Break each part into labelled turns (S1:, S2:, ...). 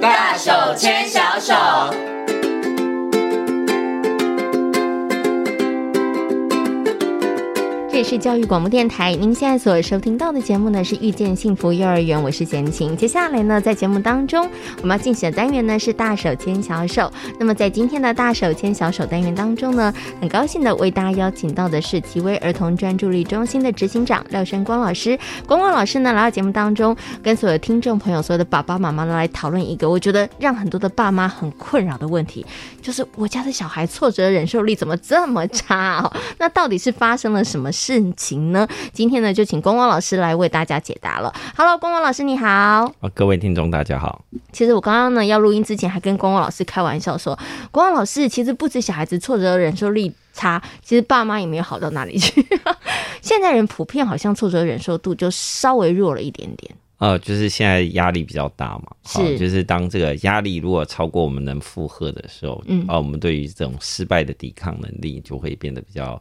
S1: 大手牵小手。
S2: 这里是教育广播电台，您现在所收听到的节目呢是《遇见幸福幼儿园》，我是贤琴。接下来呢，在节目当中，我们要进行的单元呢是“大手牵小手”。那么在今天的“大手牵小手”单元当中呢，很高兴的为大家邀请到的是奇威儿童专注力中心的执行长廖生光老师。光光老师呢来到节目当中，跟所有听众朋友、所有的爸爸妈妈呢来讨论一个我觉得让很多的爸妈很困扰的问题，就是我家的小孩挫折忍受力怎么这么差哦？那到底是发生了什么事情呢？今天呢，就请光光老师来为大家解答了。Hello，光光老师你好。
S3: 啊，各位听众大家好。
S2: 其实我刚刚呢要录音之前，还跟光光老师开玩笑说，光光老师其实不止小孩子挫折忍受力差，其实爸妈也没有好到哪里去。 现在人普遍好像挫折忍受度就稍微弱了一点点。
S3: 呃，就是现在压力比较大嘛，
S2: 是
S3: 哦就是当这个压力如果超过我们能负荷的时候，
S2: 嗯
S3: 啊、我们对于这种失败的抵抗能力就会变得比较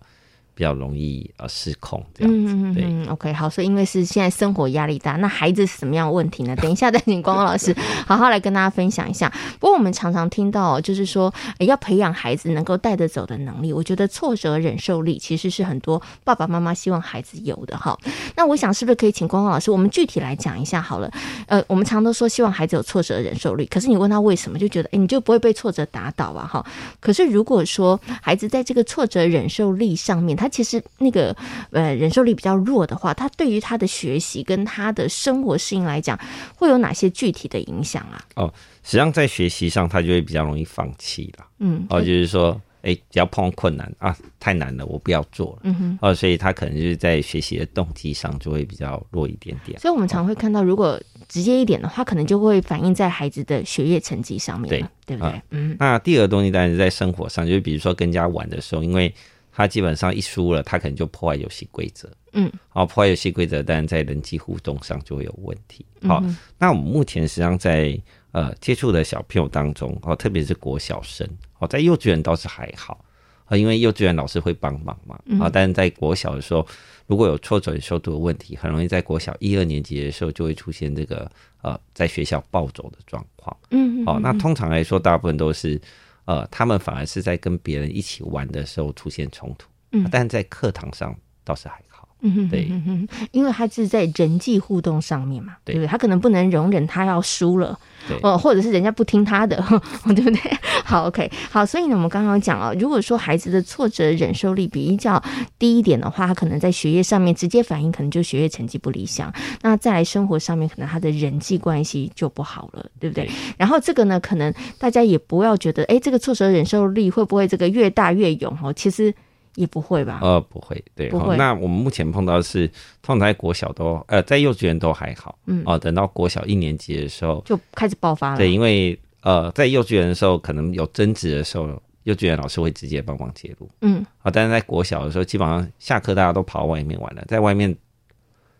S3: 比较容易呃失控这样子。
S2: 嗯嗯
S3: 对，
S2: 嗯，OK，好，所以因为是现在生活压力大，那孩子是什么样的问题 呢？等一下再请光光老师 好好来跟大家分享一下。不过我们常常听到哦，就是说、呃要培养孩子能够带得走的能力，我觉得挫折忍受力其实是很多爸爸妈妈希望孩子有的哈。那我想是不是可以请光光老师，我们具体来讲一下好了？呃，我们常都说希望孩子有挫折忍受力，可是你问他为什么，就觉得哎、诶你就不会被挫折打倒啊哈。可是如果说孩子在这个挫折忍受力上面，他其实那个呃忍受力比较弱的话，他对于他的学习跟他的生活适应来讲，会有哪些具体的影响啊？
S3: 实际上在学习上，他就会比较容易放弃啦。
S2: 嗯，
S3: 哦、就是说，哎、只要碰到困难啊，太难了，我不要做了。
S2: 嗯哼。
S3: 哦、所以他可能就是在学习的动机上就会比较弱一点点。
S2: 所以我们常会看到，如果直接一点的话，可能就会反映在孩子的学业成绩上面了，对不对
S3: 啊？
S2: 嗯
S3: 那第二个东西当然是在生活上，就是比如说跟人家玩的时候，因为他基本上一输了，他可能就破坏游戏规则。
S2: 嗯，
S3: 好、破坏游戏规则，当然在人际互动上就会有问题。
S2: 嗯
S3: 好、那我们目前实际上在呃接触的小朋友当中，哦，特别是国小生，哦，在幼稚园倒是还好。啊，因为幼稚园老师会帮忙嘛，
S2: 嗯
S3: 啊，但是在国小的时候，如果有挫折忍受度的问题，很容易在国小一二年级的时候就会出现这个呃，在学校暴走的状况。
S2: 嗯嗯
S3: 哦，那通常来说，大部分都是，呃，他们反而是在跟别人一起玩的时候出现冲突，啊
S2: 嗯
S3: 但在课堂上倒是还好。
S2: 嗯，
S3: 对
S2: 嗯嗯嗯因为他是在人际互动上面嘛，
S3: 对
S2: 对不对？他可能不能容忍他要输了，
S3: 对，
S2: 哦，或者是人家不听他的， 对不对？好，OK，好，所以呢，我们刚刚讲哦，如果说孩子的挫折忍受力比较低一点的话，他可能在学业上面直接反映，可能就学业成绩不理想。那再来生活上面，可能他的人际关系就不好了，对不对？
S3: 对
S2: 然后这个呢，可能大家也不要觉得，哎，这个挫折忍受力会不会这个越大越勇哦？其实也不会吧。
S3: 呃，不会，对，
S2: 不
S3: 好
S2: 会
S3: 那我们目前碰到的是，通常在国小都，呃，在幼稚园都还好，
S2: 嗯
S3: 哦、等到国小一年级的时候，
S2: 就开始爆发了，
S3: 对，因为呃，在幼稚园的时候，可能有争执的时候，幼稚园老师会直接帮忙介入，
S2: 嗯
S3: 啊，但是在国小的时候，基本上下课大家都跑到外面玩了，在外面，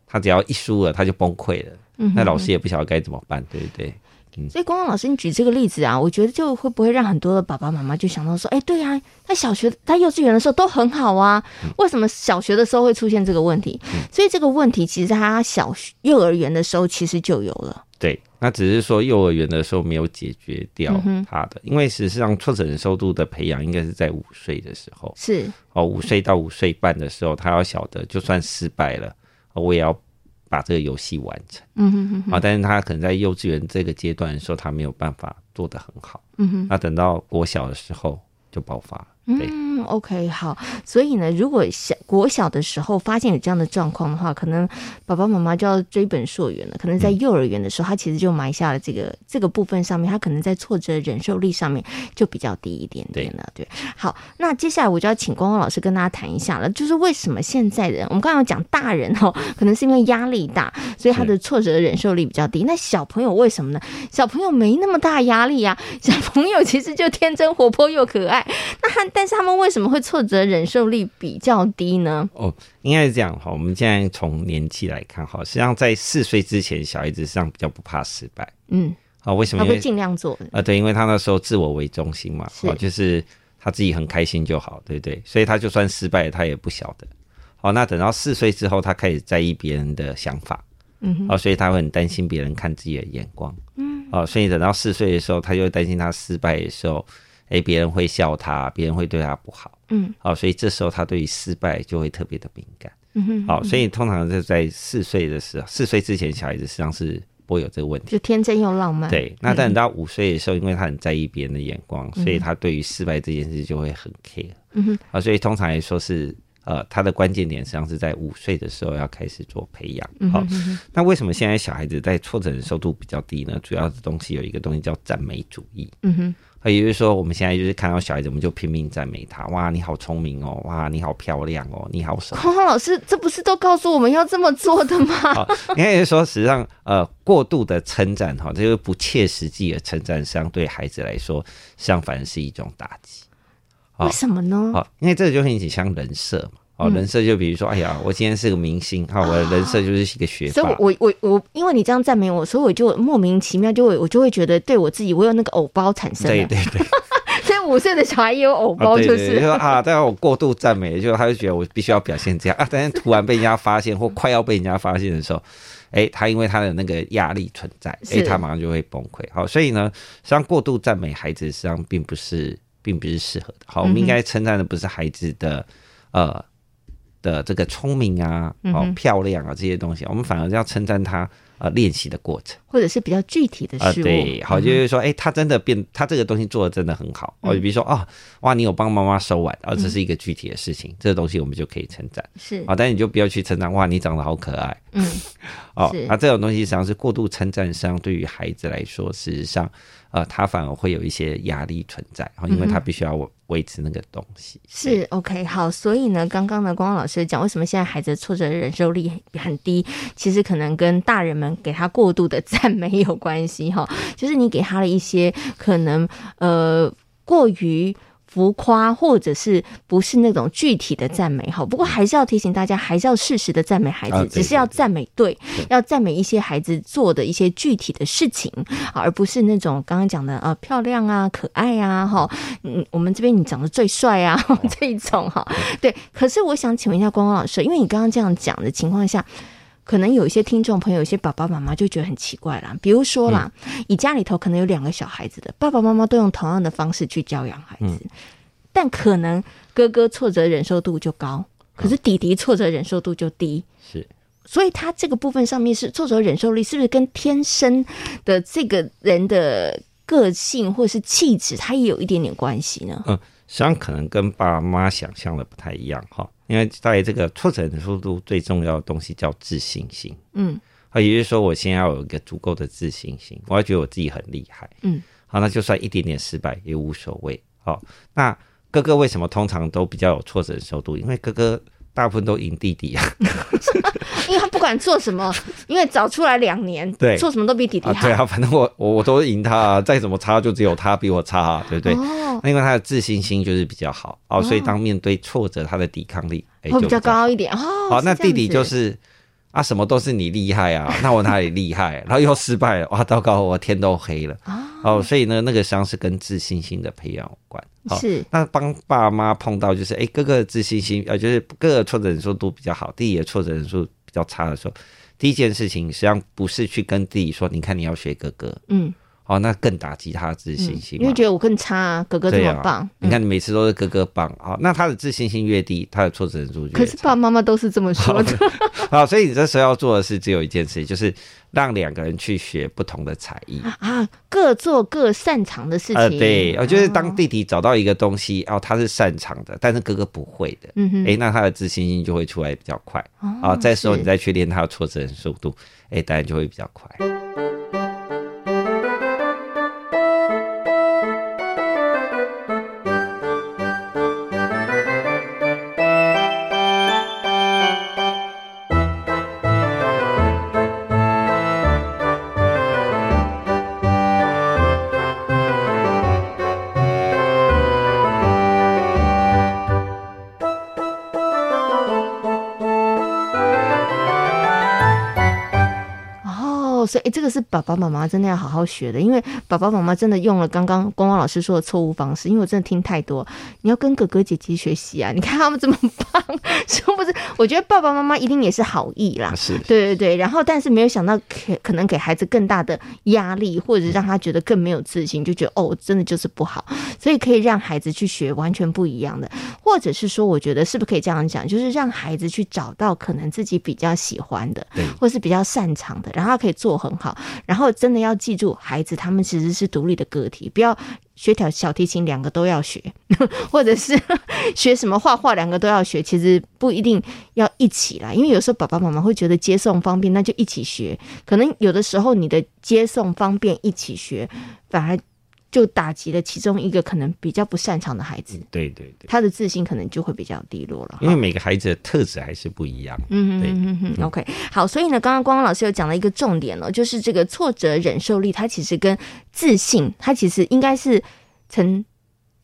S3: 他只要一输了，他就崩溃了，
S2: 嗯哼，
S3: 那老师也不晓得该怎么办，对不对？
S2: 所以，光光老师，你举这个例子啊，我觉得就会不会让很多的爸爸妈妈就想到说，哎，对呀、他小学、他幼稚园的时候都很好啊，为什么小学的时候会出现这个问题？所以这个问题其实他小学、幼儿园的时候其实就有了。
S3: 对，那只是说幼儿园的时候没有解决掉
S2: 嗯哼
S3: 他的，因为事实上挫折忍受度的培养应该是在五岁的时候，
S2: 是，
S3: 哦，五岁到五岁半的时候，他要晓得就算失败了，哦我也要把这个游戏完成
S2: 嗯哼哼，
S3: 啊、但是他可能在幼稚园这个阶段的时候，他没有办法做得很好，
S2: 嗯哼。
S3: 那等到国小的时候就爆发了，对。
S2: 嗯，OK，好。所以呢，如果小国小的时候发现有这样的状况的话，可能爸爸妈妈就要追本溯源了。可能在幼儿园的时候，他其实就埋下了这个这个部分上面，他可能在挫折忍受力上面就比较低一点点了。对，好，那接下来我就要请光光老师跟大家谈一下了，就是为什么现在人，我们刚刚有讲大人哦，可能是因为压力大，所以他的挫折忍受力比较低。那小朋友为什么呢？小朋友没那么大压力呀、小朋友其实就天真活泼又可爱。那他但是他们为什么会挫折忍受力比较低呢？
S3: 哦，应该是这样哈。我们现在从年纪来看哈，实际上在四岁之前，小孩子实际上比较不怕失败
S2: 嗯，
S3: 啊、为什么？
S2: 他
S3: 因为
S2: 会尽量做的。
S3: 啊，对，因为他那时候自我为中心嘛，
S2: 是
S3: 哦，就是他自己很开心就好，对不对？所以他就算失败了，他也不晓得。好、那等到四岁之后，他开始在意别人的想法，
S2: 嗯哼
S3: 哦，所以他会很担心别人看自己的眼光，嗯，哦，所以等到四岁的时候，他就会担心他失败的时候，哎，别人会笑他，别人会对他不好，
S2: 嗯，
S3: 哦，所以这时候他对于失败就会特别的敏感，
S2: 嗯哼，
S3: 哦，所以通常是在四岁的时候，四岁之前小孩子实际上是不会有这个问题。
S2: 就天真又浪漫，，
S3: 对，那但到五岁的时候，因为他很在意别人的眼光，所以他对于失败这件事就会很 care。
S2: 嗯哼，
S3: 啊，所以通常来说是呃，他的关键点实际上是在五岁的时候要开始做培
S2: 嗯
S3: 养。好、那为什么现在小孩子在挫折忍受度比较低呢？主要的东西有一个东西叫赞美主义。
S2: 嗯哼，
S3: 啊，也就是说，我们现在就是看到小孩子，我们就拼命赞美他，哇，你好聪明哦，哇，你好漂亮哦，你好什么？
S2: 匡匡老师，这不是都告诉我们要这么做的吗？
S3: 好， 应该是说，实际上，呃，过度的称赞哈，这个不切实际的称赞，实际上对孩子来说，实际上反而是一种打击。好
S2: 为什么呢？
S3: 好，因为这个就很像人设嘛。哦，
S2: 嗯
S3: 人设就比如说，哎呀，我今天是个明星，哈、我的人设就是一个学
S2: 所以
S3: 霸。
S2: 我，我我我，因为你这样赞美我，所以我就莫名其妙就会，我就会觉得对我自己，我有那个偶包产生
S3: 对
S2: 了。
S3: 对对，
S2: 所以五岁的小孩也有偶
S3: 啊
S2: 包，
S3: 对
S2: 就
S3: 对，就是说啊，但我过度赞美，就他就觉得我必须要表现这样啊，但是突然被人家发现或快要被人家发现的时候，哎，他因为他的那个压力存在，哎，
S2: 是
S3: 他马上就会崩溃。好，所以呢，实际上过度赞美孩子，实际上并不是并不是适合的。好，我们
S2: 嗯
S3: 应该称赞的不是孩子的、呃的这个聪明啊，
S2: 嗯
S3: 哦漂亮啊这些东西，我们反而要称赞他呃练习的过程。
S2: 或者是比较具体的
S3: 啊，
S2: 事物。嗯
S3: 对，好，就是说，哎、他真的变，他这个东西做的真的很好。哦，比如说，啊，哇，你有帮妈妈收碗，啊，这是一个具体的事情，这个东西我们就可以称赞。
S2: 是
S3: 啊，，但你就不要去称赞，哇，你长得好可爱。
S2: 嗯，
S3: 哦
S2: 是，
S3: 啊，这种东西实际上是过度称赞，实际上对于孩子来说，事实上，呃，他反而会有一些压力存在，哦、因为他必须要维持那个东西。对
S2: 嗯是 OK，好，所以呢，刚刚呢，光光老师讲，为什么现在孩子的挫折忍受力很很低，其实可能跟大人们给他过度的赞美有关系哈，就是你给他了一些可能呃过于。浮夸或者是不是那种具体的赞美哈，不过还是要提醒大家，还是要适时的赞美孩子，
S3: 啊对
S2: 只是要
S3: 对
S2: 赞美对，要赞美一些孩子做的一些具体的事情，啊而不是那种刚刚讲的呃漂亮啊、可爱啊，哈，嗯，我们这边你长得最帅啊 这一种哈，对。可是我想请问一下光光老师，因为你刚刚这样讲的情况下。可能有一些听众朋友，有些爸爸妈妈就觉得很奇怪啦。比如说啦，以家里头可能有两个小孩子的爸爸妈妈都用同样的方式去教养孩
S3: 嗯
S2: 子，但可能哥哥挫折忍受度就高，
S3: 嗯
S2: 可是弟弟挫折忍受度就低。
S3: 是，
S2: 所以他这个部分上面是挫折忍受力，是不是跟天生的这个人的个性或是气质，它也有一点点关系 呢？
S3: 实际上可能跟爸妈想象的不太一样哈、因为在这个挫折忍受度最重要的东西叫自信心。
S2: 嗯，
S3: 啊，也就是说，我先要有一个足够的自信心，我要觉得我自己很厉害。
S2: 嗯，
S3: 好，那就算一点点失败也无所谓。好、那哥哥为什么通常都比较有挫折忍受度？因为哥哥大部分都赢弟弟啊。
S2: 因为他不管做什么，因为早出来两年，
S3: 对
S2: 做什么都比弟弟
S3: 啊，
S2: 好。
S3: 对啊，反正我我我都赢他、啊，再怎么差就只有他比我差、啊，对不对？
S2: 哦，
S3: 那因为他的自信心就是比较好哦，所以当面对挫折，他的抵抗力哎、
S2: 会
S3: 就
S2: 比较
S3: 较
S2: 高一点哦。
S3: 好，那
S2: 是这样
S3: 弟弟
S2: 子
S3: 就是啊，什么都是你厉害啊，那我哪里厉害？然后又失败了，哇，糟糕，我天都黑了。哦，所以呢，那个伤是跟自信心的培养有关。好、
S2: 是
S3: 那帮爸妈碰到就是，哎、哥哥的自信心，呃，就是哥哥的挫折人数都比较好，弟弟的挫折人数比较差的时候，第一件事情实际上不是去跟弟弟说，你看你要学哥哥，
S2: 嗯，
S3: 哦，那更打击他的自信心
S2: 因
S3: 嘛。
S2: 为觉得我更差、啊，哥哥这
S3: 对
S2: 么
S3: 啊
S2: 棒。嗯
S3: 你看，你每次都是哥哥棒啊、哦，那他的自信心越低，他的挫折人数就
S2: 可
S3: 越
S2: 是
S3: 差。
S2: 爸爸妈妈都是这么说的，
S3: 好，所以你这时候要做的事只有一件事，就是让两个人去学不同的才艺。
S2: 啊，各做各擅长的事情。哦啊
S3: 呃，对，我觉得当弟弟找到一个东西，哦，他是擅长的，但是哥哥不会的，
S2: 嗯哼
S3: 哎、那他的自信心就会出来比较快。啊、这时候
S2: 是
S3: 你再去练他的挫折忍受度，哎、当然就会比较快。
S2: 哦，哦，所以哎，这个是爸爸妈妈真的要好好学的，因为爸爸妈妈真的用了刚刚光光老师说的错误方式，因为我真的听太多，你要跟哥哥姐姐学习啊，你看他们怎么棒， 是不是？我觉得爸爸妈妈一定也是好意啦
S3: 啊，是
S2: 对对对，然后但是没有想到可可能给孩子更大的压力，或者让他觉得更没有自信，就觉得哦，真的就是不好，所以可以让孩子去学完全不一样的，或者是说，我觉得是不是可以这样讲，就是让孩子去找到可能自己比较喜欢的
S3: 对，
S2: 或是比较擅长的，然后他可以做很好，然后真的要记住，孩子他们其实是独立的个体，不要。学条小提琴两个都要学，或者是 学什么画画两个都要学，其实不一定要一起啦，因为有时候爸爸妈妈会觉得接送方便，那就一起学。可能有的时候你的接送方便一起学，反而就打击了其中一个可能比较不擅长的孩子，
S3: 对对对，
S2: 他的自信可能就会比较低落了哈。
S3: 因为每个孩子的特质还是不一样。
S2: 嗯
S3: 嗯对
S2: 嗯嗯嗯，OK，好，所以呢，刚刚光光老师有讲了一个重点哦，就是这个挫折忍受力，它其实跟自信，它其实应该是成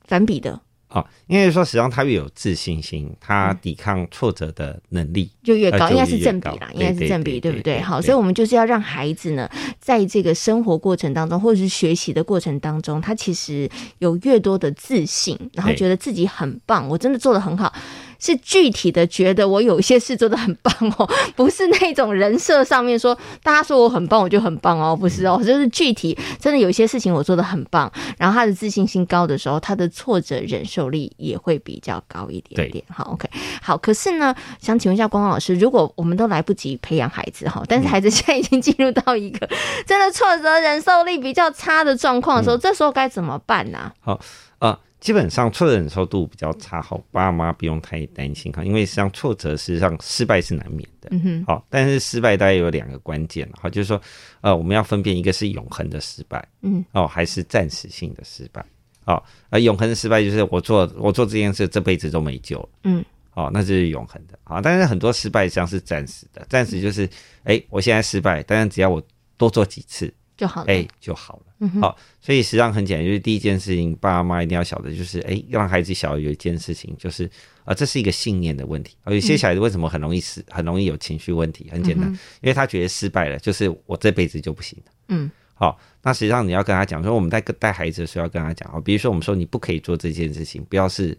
S2: 反比的，
S3: 哦，因为说实际上他越有自信心，
S2: 嗯
S3: 他抵抗挫折的能力，
S2: 就越
S3: 那
S2: 高，
S3: 就
S2: 应该是
S3: 越
S2: 正比
S3: 高
S2: 啦，应
S3: 对
S2: 该是
S3: 对
S2: 正
S3: 对
S2: 比，
S3: 对
S2: 对不
S3: 对
S2: 对？好，
S3: 对
S2: 所以我们就是要让孩子呢，在这个生活过程当中，或者是学习的过程当中，他其实有越多的自信，然后
S3: 对
S2: 觉得自己很棒，我真的做的很好。是具体的觉得我有一些事做的很棒哦，不是那种人设上面说大家说我很棒，我就很棒哦，不是哦，就是具体真的有一些事情我做的很棒，然后他的自信心高的时候，他的挫折忍受力也会比较高一点点。好，OK，好。可是呢，想请问一下光光老师，如果我们都来不及培养孩子哈，
S3: 嗯
S2: 但是孩子现在已经进入到一个真的挫折忍受力比较差的状况的时
S3: 嗯
S2: 候，这时候该怎么办呢、
S3: 呃，基本上挫折忍受度比较差，好，爸妈不用太担心哈，因为实际上挫折事实上失败是难免的，
S2: 嗯哼，
S3: 好、但是失败大概有两个关键哈，就是说，呃，我们要分辨一个是永恒的失败，
S2: 嗯，
S3: 哦，还是暂时性的失败，哦，而永恒的失败就是我做我做这件事这辈子都没救了，
S2: 嗯，
S3: 哦，那就是永恒的啊、但是很多失败实际上是暂时的，暂时就是，哎、我现在失败，但是只要我多做几次，
S2: 就好了。
S3: 哎、就好了。好、所以实际上很简单，就是第一件事情，爸妈一定要晓得，就是哎、让孩子晓得有一件事情，就是啊、这是一个信念的问题。啊有些小孩子为什么很容易失，很容易有情绪问题？很简单，因为他觉得失败了，就是我这辈子就不行了。
S2: 嗯，
S3: 好、那实际上你要跟他讲说，我们在带孩子的时候要跟他讲哦，比如说我们说你不可以做这件事情，不要是。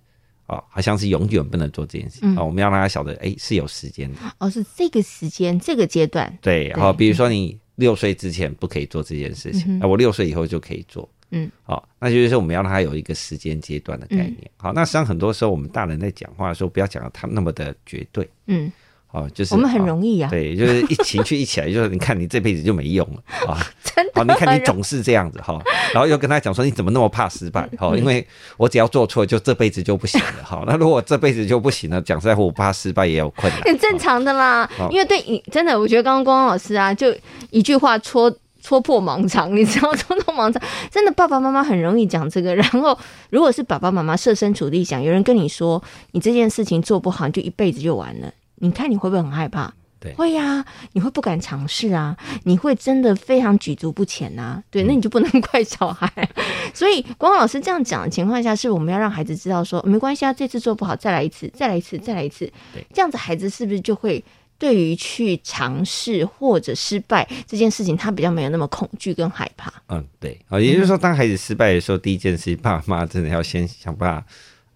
S3: 哦，好像是永远不能做这件事情、哦，我们要让他晓得，哎、是有时间的，
S2: 哦，是这个时间这个阶段，
S3: 对，然后比如说你六岁之前不可以做这件事情，啊那、我六岁以后就可以做。
S2: 嗯，
S3: 好、那就是我们要让他有一个时间阶段的概念。好，那实际上很多时候我们大人在讲话的时候，不要讲的他那么的绝对。
S2: 嗯，
S3: 哦，就是
S2: 我们很
S3: 哦
S2: 容易啊呀、
S3: 对，就是一情绪一起来，就是你看你这辈子就没用 了啊！
S2: 真的
S3: 好，
S2: 很
S3: 你
S2: 容易。
S3: 看你总是这样子哈，然后又跟他讲说你怎么那么怕失败？
S2: 嗯
S3: 哦，因为我只要做错，就这辈子就不行了。哈，那如果这辈子就不行了，讲实在话，我怕失败也有困 难。
S2: 很正常的啦
S3: 好，
S2: 因为对你真的，我觉得刚刚光光老师啊，就一句话戳戳破盲肠， 你知道戳破盲肠，真的爸爸妈妈很容易讲这个。然后如果是爸爸妈妈设身处地想，有人跟你说你这件事情做不好，你就一辈子就完了，你看你会不会很害怕？
S3: 对
S2: 会呀、你会不敢尝试啊，你会真的非常举足不前呐、对，那你就不能怪小孩。 所以光光老师这样讲的情况下，是我们要让孩子知道说，没关系啊，这次做不好，再来一次，再来一次，再来一次。这样子孩子是不是就会对于去尝试或者失败这件事情，他比较没有那么恐惧跟害怕？
S3: 嗯，对，啊，也就是说，当孩子失败的时候，第一件事，爸妈真的要先想办法，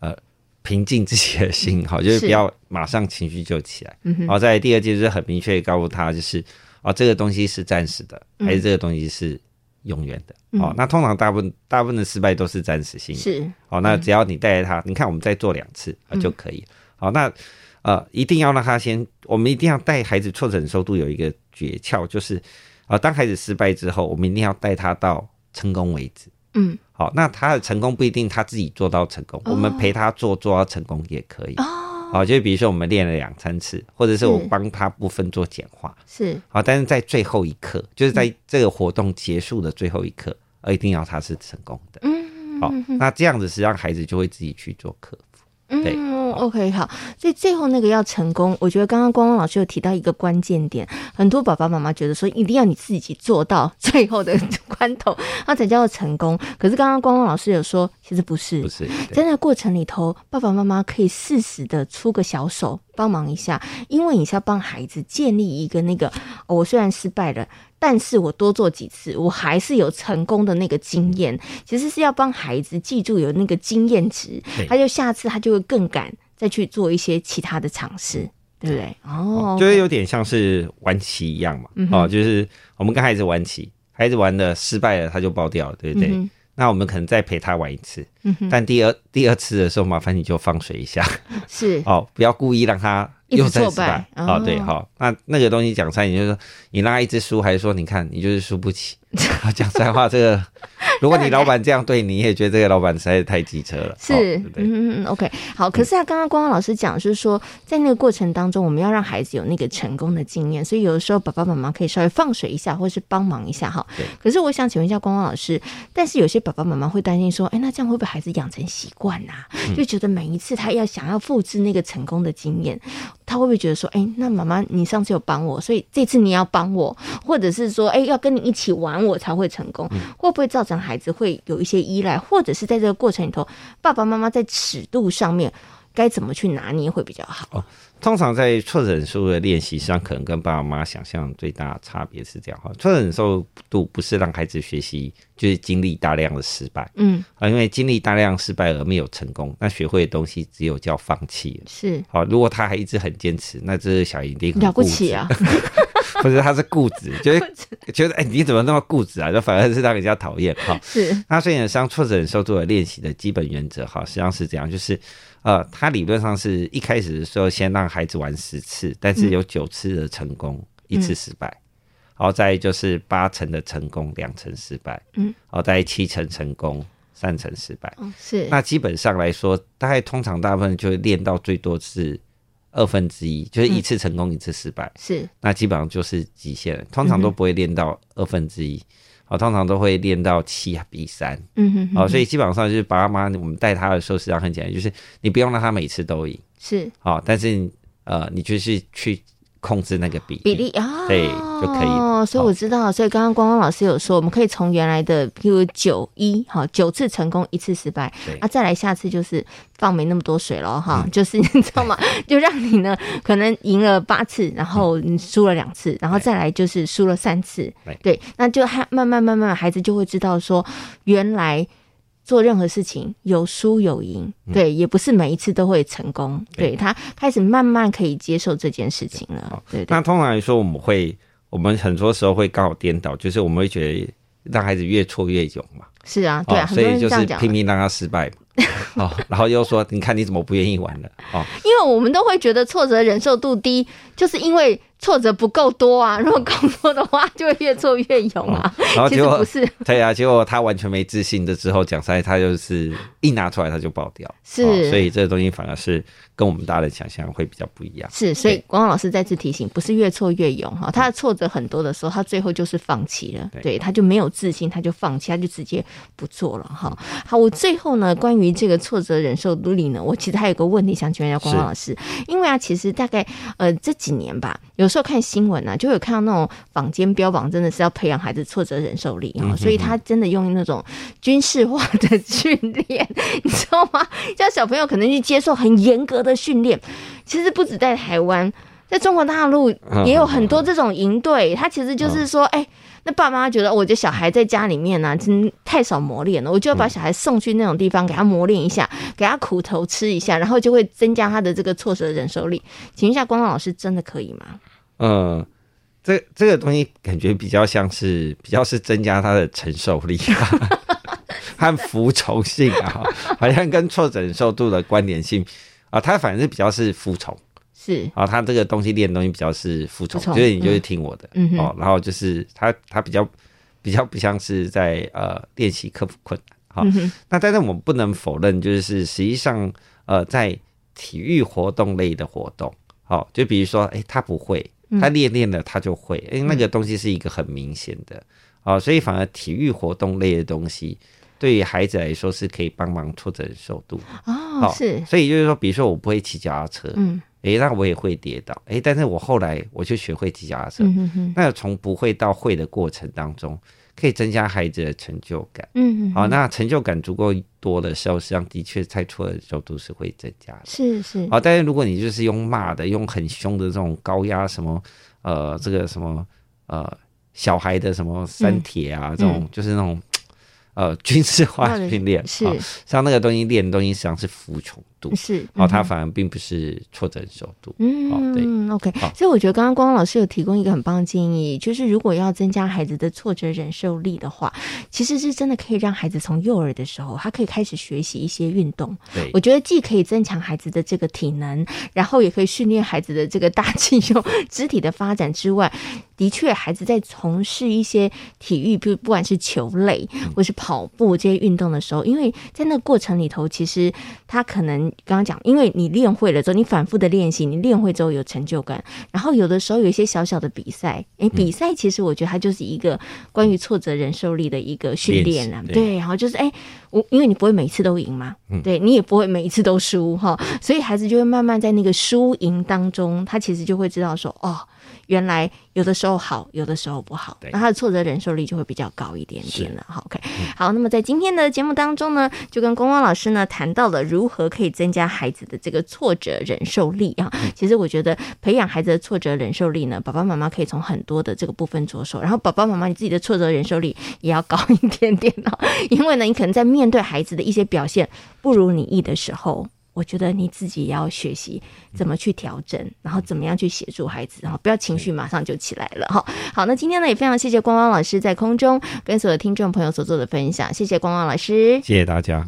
S3: 呃，平静自己的心，好，就是
S2: 是
S3: 不要马上情绪就起来。然后再来第二件就是很明确地告诉他，就是啊、这个东西是暂时的，还是这个东西是永远的。哦，那通常大部分大部分的失败都是暂时性的。
S2: 是，
S3: 好、哦那只要你带着他，你看我们再做两次啊、就可以。好、那呃，一定要让他先，我们一定要带孩子挫折忍受度有一个诀窍，就是啊、当孩子失败之后，我们一定要带他到成功为止。
S2: 嗯，
S3: 好、那他的成功不一定他自己做到成功，我们陪他做做到成功也可以。哦，好、就比如说我们练了两三次，或者是我
S2: 是
S3: 帮他部分做简化。
S2: 是，
S3: 好，但是在最后一刻，就是在这个活动结束的最后一刻，而一定要他是成功的。嗯，好，那这样子是让孩子就会自己去做克服。对
S2: 嗯，OK，好。所以最后那个要成功，我觉得刚刚光光老师有提到一个关键点，很多爸爸妈妈觉得说一定要你自己做到最后的关头， 那才叫做成功。可是刚刚光光老师有说，其实不是，
S3: 不是，对
S2: 在那过程里头，爸爸妈妈可以适时的出个小手帮忙一下，因为你是要帮孩子建立一个那个、哦我虽然失败了，但是我多做几次，我还是有成功的那个经验。其实是要帮孩子记住有那个经验值
S3: 对，
S2: 他就下次他就会更敢再去做一些其他的尝试，对不对？哦，
S3: 就是有点像是玩棋一样嘛，哦，就是我们跟孩子玩棋，孩子玩的失败了，他就爆掉了，对不对？
S2: 嗯
S3: 那我们可能再陪他玩一次，但第二第二次的时候，麻烦你就放水一下，
S2: 哼是
S3: 哦，不要故意让他
S2: 一直
S3: 又再
S2: 挫
S3: 失败
S2: 败
S3: 哦，对，
S2: 哦
S3: 好、那那个东西讲出来，你就说你让他一直输，还是说你看你就是输不 起？啊讲实在话，这个如果你老板这样对你，你也觉得这个老板实在是太机车了，哦对
S2: 是
S3: 不，
S2: 嗯
S3: 对？
S2: 嗯嗯，OK，好。可是啊，刚刚光光老师讲是说，在那个过程当中，我们要让孩子有那个成功的经验，所以有的时候爸爸妈妈可以稍微放水一下，或是帮忙一下哈
S3: 对。
S2: 可是我想请问一下光光老师，但是有些爸爸妈妈会担心说，哎，那这样会不会孩子养成习惯呐、
S3: 嗯
S2: 就觉得每一次他要想要复制那个成功的经验，他会不会觉得说，哎，那妈妈你上次有帮我，所以这次你要帮我，或者是说，哎，要跟你一起玩我才会成
S3: 嗯
S2: 功，会不会造成孩子会有一些依赖，或者是在这个过程里头，爸爸妈妈在尺度上面该怎么去拿捏会比较好？
S3: 哦通常在错诊术的练习上，可能跟爸爸妈妈想象最大的差别是这样哈。错诊受度不是让孩子学习，就是经历大量的失败
S2: 嗯，
S3: 啊，因为经历大量失败而没有成功，那学会的东西只有叫放弃了。
S2: 是
S3: 好，如果他还一直很坚持，那这个小孩一定很
S2: 了不
S3: 固
S2: 起
S3: 执
S2: 啊！！
S3: 或者他是固执，觉得觉得哎、你怎么那么固执啊？就反而是让人家讨厌哈。
S2: 是，
S3: 那所以呢，像挫折忍受度的练习的基本原则哈，实际上是这样，就是呃，它理论上是一开始的时候先让孩子玩十次，但是有九次的成功，一次失败，然后再就是八成的成功，两成失败，
S2: 嗯，
S3: 然后再七成成功，三成失败。
S2: 嗯，是，
S3: 那基本上来说，大概通常大部分就会练到最多是二分之一，就是一次成功，一次失败。
S2: 是，
S3: 那基本上就是极限了，通
S2: 嗯
S3: 常都不会练到二分之一，哦，通常都会练到七比三，
S2: 嗯哼哼，
S3: 哦，所以基本上就是爸妈我们带他的时候，实际上很简单，就是你不用让他每次都赢，
S2: 是
S3: 哦，但是呃，你就是去控制那个比
S2: 比例啊，
S3: 对就可以了
S2: 所以我知道，所以刚刚光光老师有说，我们可以从原来的，譬如九一，好，九次成功，一次失败
S3: 对，嗯
S2: 啊，再来下次就是放没那么多水了哈，就是 你知道 吗？就让你呢，可能赢了八次，然后你输了两次，然后再来就是输了三次
S3: 嗯对，
S2: 对，那就还慢慢慢慢，孩子就会知道说，原来。做任何事情有输有赢，对，也不是每一次都会成功，
S3: 嗯对
S2: 对他开始慢慢可以接受这件事情了，对对
S3: 那通常来说，我们会，我们很多时候会刚好颠倒，就是我们会觉得让孩子越挫越勇嘛，
S2: 是啊，
S3: 哦
S2: 对啊，很
S3: 所
S2: 多
S3: 以
S2: 人这
S3: 就
S2: 样
S3: 是
S2: 讲
S3: 拼，命让他失 败嘛，哦，然后又说你看你怎么不愿意玩了，哦，
S2: 因为我们都会觉得挫折忍受度低，就是因为挫折不够多啊。如果够多的话，就会越挫越勇啊。
S3: 哦然后
S2: 其
S3: 结
S2: 实
S3: 果
S2: 不是，
S3: 对啊，结果他完全没自信的之后，讲实在，他就是一拿出来他就爆掉，
S2: 是
S3: 哦所以这个东西反而是跟我们大人想象会比较不一样。
S2: 是，所以
S3: 对
S2: 光光老师再次提醒，不是越挫越勇哈。他的挫折很多的时候，他最后就是放弃了，
S3: 对
S2: 对，他就没有自信，他就放弃，他就直接不做了哈。好，我最后呢，关于这个挫折忍受度力呢，我其实还有个问题想请问一下光光老师，因为啊，其实大概呃这几年吧，有时候看新闻啊，就有看到那种坊间标榜真的是要培养孩子挫折忍受力
S3: 嗯
S2: 哈，所以他真的用那种军事化的训练， 你知道吗？叫小朋友可能去接受很严格的训练。其实不止在台湾，在中国大陆
S3: 嗯
S2: 也有很多这种营队，他其实就是说，哎、那爸妈觉得我的小孩在家里面呢、啊，真太少磨练了，我就要把小孩送去那种地方给他磨练一下，给他苦头吃一下，然后就会增加他的这个挫折忍受力。请问一下，光光老师真的可以吗？
S3: 嗯，这这个东西感觉比较像是比较是增加他的承受力、啊、 和服从性啊，好像跟挫折忍受度的关联性啊，他反正是比较是服从。
S2: 是，
S3: 然后哦他这个东西练的东西比较是服从，
S2: 服从
S3: 就是你就是听我的，
S2: 嗯嗯哼
S3: 哦，然后就是他他比较比较不像是在呃练习克服困难，
S2: 嗯
S3: 哈、那但是我们不能否认，就是实际上呃在体育活动类的活动，好、就比如说哎他不会，
S2: 嗯
S3: 他练练了他就会，哎、那个东西是一个很明显的，哦，所以反而体育活动类的东西。对于孩子来说是可以帮忙挫折忍受度的，
S2: 哦，是，
S3: 所以就是说，比如说我不会骑脚踏车，
S2: 嗯
S3: 诶、那我也会跌倒，诶、但是我后来我就学会骑脚踏车。
S2: 嗯哼哼，
S3: 那从不会到会的过程当中，可以增加孩子的成就感。
S2: 嗯
S3: 好、
S2: 哼，
S3: 那成就感足够多的时候，实际上的确在错的时候都是会增加的。
S2: 是是，
S3: 好、但是如果你就是用骂的、用很凶的这种高压什么，呃，这个什么，呃。小孩的什
S2: 嗯
S3: 么三铁啊，这种就是那种呃军事化训练，
S2: 是
S3: 哦像那个东西练的东西实际上是服从度，
S2: 是，
S3: 哦，它
S2: 嗯
S3: 反而并不是挫折忍受度，哦，对。
S2: 嗯，OK，
S3: 好
S2: 所以我觉得刚刚光老师有提供一个很棒的建议，就是如果要增加孩子的挫折忍受力的话，其实是真的可以让孩子从幼儿的时候，他可以开始学习一些运动。
S3: 对
S2: 我觉得既可以增强孩子的这个体能，然后也可以训练孩子的这个大肌肉、 肢体的发展之外，的确，孩子在从事一些体育，不不管是球类或是跑步这些运动的时候，因为在那个过程里头，其实他可能刚刚讲，因为你练会了之后，你反复的练习，你练会之后有成就感，然后有的时候有一些小小的比赛，诶，比赛其实我觉得它就是一个关于挫折忍受力的一个训练啊
S3: 练，习对嗯
S2: 对，然后就是诶，我因为你不会每次都赢嘛，对你也不会每一次都输哈，所以孩子就会慢慢在那个输赢当中，他其实就会知道说，哦，原来有的时候好，有的时候不好，
S3: 对
S2: 那他的挫折忍受力就会比较高一点点了。好，OK，好，那么在今天的节目当中呢，就跟光光老师呢谈到了如何可以增加孩子的这个挫折忍受力啊。其实我觉得培养孩子的挫折忍受力呢，爸爸妈妈可以从很多的这个部分着手，然后爸爸妈妈你自己的挫折忍受力也要高一点点哦，因为呢，你可能在面对孩子的一些表现不如你意的时候，我觉得你自己也要学习怎么去调整，然后怎么样去协助孩子，哈，不要情绪马上就起来了哈。好，那今天呢也非常谢谢光光老师在空中跟所有听众朋友所做的分享，谢谢光光老师。
S3: 谢谢大家。